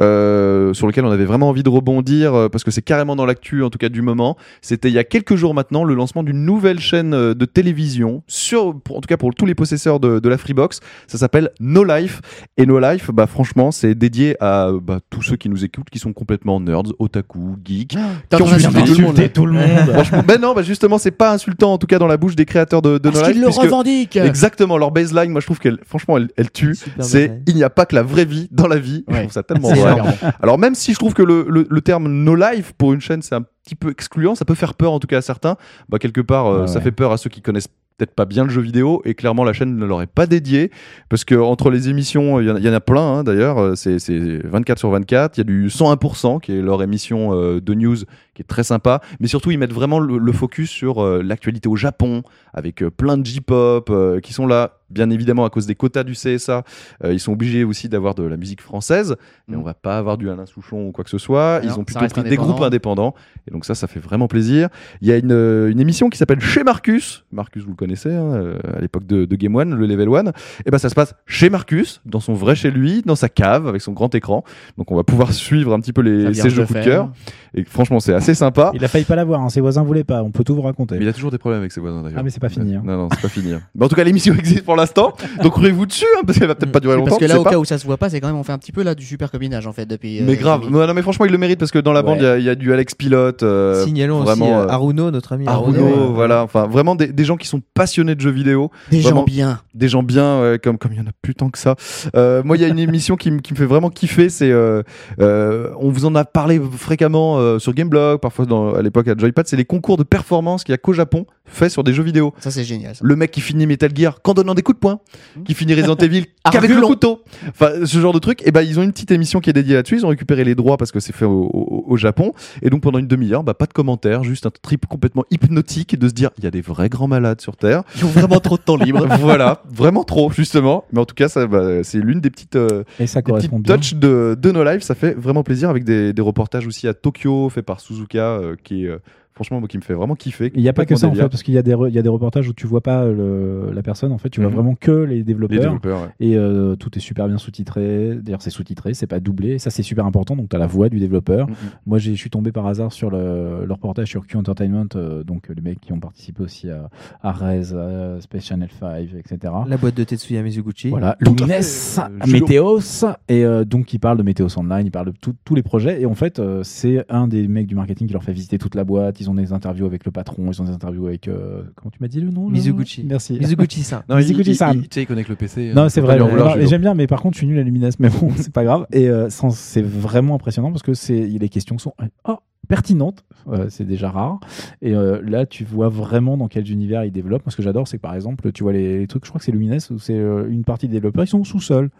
Speaker 1: euh, sur lequel on avait vraiment envie de rebondir euh, parce que c'est carrément dans l'actu, en tout cas du moment. C'était il y a quelques jours maintenant le lancement d'une nouvelle chaîne euh, de télévision sur, pour- en tout cas pour tous les possesseurs de, de la Freebox. Ça s'appelle No Life et No Life, bah franchement, c'est dédié à euh, bah, tous ceux qui nous écoutent, qui sont complètement nerds, otaku, geeks.
Speaker 3: T'as
Speaker 1: qui ont
Speaker 3: insulté
Speaker 1: insulté
Speaker 3: tout le monde.
Speaker 4: tout le monde.
Speaker 1: Franchement, ben non, bah justement, c'est pas insultant en tout cas dans la bouche des créateurs de, de No
Speaker 3: Parce
Speaker 1: Life.
Speaker 3: qu'ils le
Speaker 1: puisque-
Speaker 3: revendiquent.
Speaker 1: Exactement, leur baseline, moi je trouve qu'elle, franchement, elle, elle tue.
Speaker 2: Super
Speaker 1: C'est
Speaker 2: bataille.
Speaker 1: il n'y a pas que la vraie vie dans la vie. Je
Speaker 3: Ouais.
Speaker 1: trouve ça tellement
Speaker 2: C'est
Speaker 1: vrai.
Speaker 2: énorme.
Speaker 1: Alors même si je trouve que le, le- le terme no life pour une chaîne c'est un petit peu excluant, ça peut faire peur en tout cas à certains. Bah quelque part euh,
Speaker 4: Ouais,
Speaker 1: ça
Speaker 4: ouais.
Speaker 1: fait peur à ceux qui connaissent peut-être pas bien le jeu vidéo et clairement la chaîne ne leur est pas dédiée parce que entre les émissions il y en a- il y, en a plein hein, d'ailleurs euh, c'est c'est 24 sur 24 il y a du 101% qui est leur émission euh, de news qui est très sympa mais surtout ils mettent vraiment le, le focus sur euh, l'actualité au Japon avec euh, plein de J-pop euh, qui sont là bien évidemment à cause des quotas du CSA euh, ils sont obligés aussi d'avoir de la musique française mais
Speaker 3: Mm.
Speaker 1: on va pas avoir du Alain Souchon ou quoi que ce soit.
Speaker 3: Non,
Speaker 1: Ils ont
Speaker 3: ça
Speaker 1: plutôt
Speaker 3: reste
Speaker 1: pris des groupes indépendants. Et donc ça, ça fait vraiment plaisir. Il y a une, euh, une émission qui s'appelle Chez Marcus. Marcus, vous le connaissez, hein, euh, à l'époque de, de Game One, le Level One. Et ben ça se passe chez Marcus, dans son vrai chez lui, dans sa cave, avec son grand écran. Donc on va pouvoir suivre un petit peu
Speaker 3: Ça
Speaker 1: les,
Speaker 3: vient
Speaker 1: ses jeux coup de
Speaker 3: faire.
Speaker 1: cœur. Et franchement, c'est assez sympa.
Speaker 4: Il a failli pas l'avoir, hein, ses voisins voulaient pas, on peut tout vous raconter.
Speaker 1: Mais il a toujours des problèmes avec ses voisins d'ailleurs.
Speaker 4: Ah, mais c'est pas fini, hein.
Speaker 1: Non, non, c'est pas fini. hein. Mais en tout cas, l'émission existe pour l'instant. Donc roulez-vous dessus, hein, parce qu'elle va peut-être pas durer
Speaker 3: Oui,
Speaker 1: longtemps.
Speaker 3: Parce que
Speaker 1: je
Speaker 3: là,
Speaker 1: sais
Speaker 3: au
Speaker 1: pas.
Speaker 3: cas où ça se voit pas, c'est quand même on fait un petit peu là du super copinage en fait depuis. euh,
Speaker 1: Mais
Speaker 3: depuis
Speaker 1: grave.
Speaker 3: midi.
Speaker 1: Non, non, mais franchement, il le mérite parce que dans la
Speaker 4: Ouais.
Speaker 1: bande, il y a- il y, a du Alex Pilote. euh,
Speaker 2: Signalons aussi
Speaker 1: vraiment,
Speaker 2: euh,
Speaker 1: euh,
Speaker 2: Aruno, notre ami euh,
Speaker 1: Arnaud,
Speaker 2: Aruno.
Speaker 4: ouais.
Speaker 1: voilà, enfin vraiment des, des gens qui sont passionnés de jeux vidéo,
Speaker 3: Des gens
Speaker 1: Vraiment.
Speaker 3: bien.
Speaker 1: des gens bien ouais, comme comme il y en a plus tant que ça. Euh, moi, il y a une émission qui, me- qui me fait vraiment kiffer, c'est euh, euh, on vous en a parlé fréquemment euh, sur Gameblog, parfois dans, à l'époque à Joypad, c'est les concours de performance qu'il y a qu'au Japon fait sur des jeux vidéo.
Speaker 3: Ça c'est génial. ça.
Speaker 1: Le mec qui finit Metal Gear qu'en donnant des coups de poing,
Speaker 4: Mmh.
Speaker 1: qui finit Resident Evil qu'avec le
Speaker 3: Argulon.
Speaker 1: couteau. Enfin, ce genre de truc. Et ben, ils ont une petite émission qui est dédiée là-dessus. Ils ont récupéré les droits parce que c'est fait au, au- au Japon. Et donc, pendant une demi-heure, bah, pas de commentaires, juste un trip complètement hypnotique de se dire, il y a des vrais grands malades sur Terre.
Speaker 3: Ils ont vraiment trop de temps libre.
Speaker 1: voilà, vraiment trop, justement. Mais en tout cas, ça, bah, c'est l'une des petites, euh,
Speaker 4: Et ça
Speaker 1: des
Speaker 4: correspond
Speaker 1: petites
Speaker 4: bien.
Speaker 1: touches de, de nos lives. Ça fait vraiment plaisir avec des, des reportages aussi à Tokyo, faits par Suzuka, euh, qui est, euh, franchement, moi, qui me fait vraiment kiffer.
Speaker 4: Il n'y a pas que ça en fait,
Speaker 1: Complètement
Speaker 4: parce qu'il y, a des re- il y a des reportages où tu vois pas euh, le- la personne, en fait, tu vois
Speaker 1: Mhm.
Speaker 4: vraiment que les
Speaker 1: délire. Les
Speaker 4: développeurs.
Speaker 1: développeurs, ouais.
Speaker 4: Et euh, tout est super bien sous-titré. D'ailleurs, c'est sous-titré, c'est pas doublé. Et Ça, c'est super important. Donc, tu as la voix du développeur.
Speaker 1: Mhm.
Speaker 4: Moi, j'ai- je suis tombé par hasard sur le, le reportage sur Q Entertainment, euh, donc euh, les mecs qui ont participé aussi à, à Rez, à Space Channel 5, etc.
Speaker 2: La boîte de Tetsuya Mizuguchi.
Speaker 4: Voilà,
Speaker 1: Tout à
Speaker 4: Lumines,
Speaker 1: fait, euh, Julo.
Speaker 4: Météos, et euh, donc il parle de Météos Online, il parle de tout- tous les projets, et en fait, euh, c'est un des mecs du marketing qui leur fait visiter toute la boîte, ils ont des interviews avec le patron, ils ont des interviews avec... euh, comment tu m'as dit le nom là
Speaker 2: Mizuguchi.
Speaker 4: Merci.
Speaker 2: Mizuguchi-san.
Speaker 1: Non,
Speaker 4: Mizuguchi San.
Speaker 1: sais, il connecte le PC.
Speaker 4: Non, c'est vrai.
Speaker 1: Pas lui en vouloir,
Speaker 4: non,
Speaker 1: Julo.
Speaker 4: J'aime bien, mais par contre, je suis nul à Lumines, mais bon, c'est pas grave. Et euh, sans- c'est vraiment impressionnant parce que c'est les questions sont oh, pertinentes. Euh, c'est déjà rare. Et euh, là, tu vois vraiment dans quels univers ils développent. Moi, ce que j'adore, c'est que par exemple, tu vois les, les trucs. Je crois que c'est Lumines ou c'est euh, une partie des développeurs. Ils sont au sous-sol.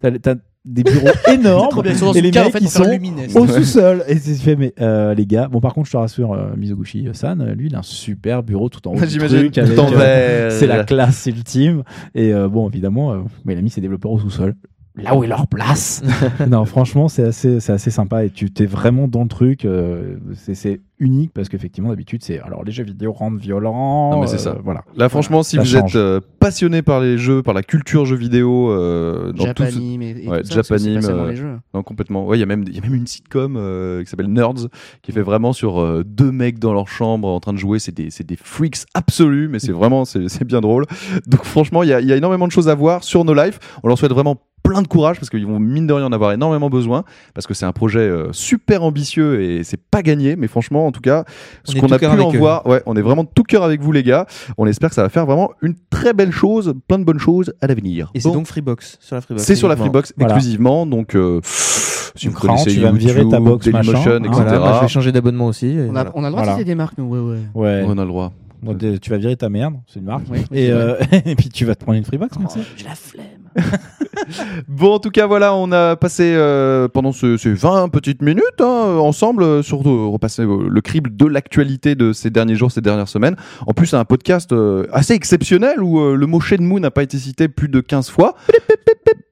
Speaker 4: T'as t'as des bureaux énormes.
Speaker 3: Ils sont dans
Speaker 4: Et les
Speaker 3: une cave, en
Speaker 4: mecs,
Speaker 3: fait,
Speaker 4: ils
Speaker 3: pour faire
Speaker 4: sont
Speaker 3: le lumineux.
Speaker 4: Au sous-sol Et c'est fait, mais euh, les gars, bon par contre je te rassure, euh, Mizoguchi San, euh, lui il a un super bureau tout en haut. du
Speaker 1: J'imagine.
Speaker 4: truc avec,
Speaker 1: tout en
Speaker 4: euh,
Speaker 1: vert.
Speaker 4: c'est la classe ultime. Et euh, bon, évidemment, euh, mais il a mis ses développeurs au sous-sol. Là où est leur place Non, franchement, c'est assez, c'est assez sympa et tu t'es vraiment dans le truc. euh, c'est- c'est unique parce qu'effectivement, d'habitude, c'est alors les jeux vidéo rendent violents.
Speaker 1: Non, mais c'est
Speaker 4: euh,
Speaker 1: ça.
Speaker 4: Voilà.
Speaker 1: Là, franchement, si
Speaker 4: Ça
Speaker 1: vous
Speaker 4: change.
Speaker 1: êtes euh, passionné par les jeux, par la culture jeux vidéo, euh, dans tout ce-
Speaker 3: Japanime et, et
Speaker 1: Ouais,
Speaker 3: tout ça, parce que c'est
Speaker 1: Japanime,
Speaker 3: pas seulement
Speaker 1: euh,
Speaker 3: les jeux.
Speaker 1: non, complètement. Ouais, il y a même, il y a même une sitcom euh, qui s'appelle Nerds, qui fait vraiment sur euh, deux mecs dans leur chambre en train de jouer. C'est des, c'est des freaks absolus, mais c'est vraiment, c'est c'est bien drôle. Donc, franchement, il y a, il y a énormément de choses à voir sur nos lives. On leur souhaite vraiment plein de courage parce qu'ils vont mine de rien en avoir énormément besoin parce que c'est un projet euh, super ambitieux et c'est pas gagné mais franchement en tout cas
Speaker 2: On
Speaker 1: ce
Speaker 2: est
Speaker 1: qu'on
Speaker 2: tout
Speaker 1: a pu
Speaker 2: cœur
Speaker 1: en
Speaker 2: avec eux.
Speaker 1: voir. Ouais, on est vraiment de tout cœur avec vous les gars. On espère que ça va faire vraiment une très belle chose, plein de bonnes choses à l'avenir.
Speaker 2: Et
Speaker 1: Bon.
Speaker 2: c'est donc Freebox sur la Freebox.
Speaker 1: C'est sur la
Speaker 2: uniquement.
Speaker 1: Freebox
Speaker 4: Voilà.
Speaker 1: exclusivement, donc euh, si vous
Speaker 4: Cran,
Speaker 1: connaissez
Speaker 4: tu vas me virer
Speaker 1: YouTube,
Speaker 4: ta box,
Speaker 1: Dailymotion,
Speaker 4: machin. Ah,
Speaker 1: etc.
Speaker 2: Voilà, moi, je vais changer d'abonnement aussi. et
Speaker 3: On a,
Speaker 2: voilà.
Speaker 3: on a le droit
Speaker 4: Voilà.
Speaker 3: de citer des marques, nous. Ouais, ouais.
Speaker 4: Ouais.
Speaker 1: On a le droit.
Speaker 4: Donc, euh, tu vas virer ta merde, c'est une marque.
Speaker 3: Ouais,
Speaker 4: Et,
Speaker 3: c'est vrai.
Speaker 4: euh, et puis tu vas te prendre une freebox,
Speaker 3: Oh,
Speaker 4: merci.
Speaker 3: J'ai la flemme.
Speaker 1: Bon, en tout cas, voilà, on a passé euh, pendant ce- ces 20 petites minutes hein, ensemble, euh, surtout euh, repasser euh, le crible de l'actualité de ces derniers jours, ces dernières semaines. En plus, c'est un podcast euh, assez exceptionnel où euh, le mot Shed Moon n'a pas été cité plus de 15 fois.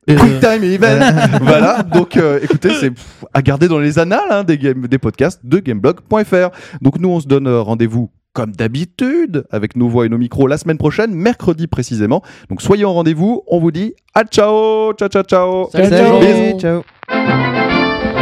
Speaker 1: Quick time event Voilà, donc euh, écoutez, c'est pff, à garder dans les annales hein, des, game- des podcasts de gameblog.fr. Donc nous, on se donne euh, rendez-vous comme d'habitude avec nos voix et nos micros la semaine prochaine, mercredi précisément. Donc soyez au rendez-vous, on vous dit à ciao, ciao ciao ciao.
Speaker 3: Salut,
Speaker 2: Salut,
Speaker 3: ciao.
Speaker 2: ciao.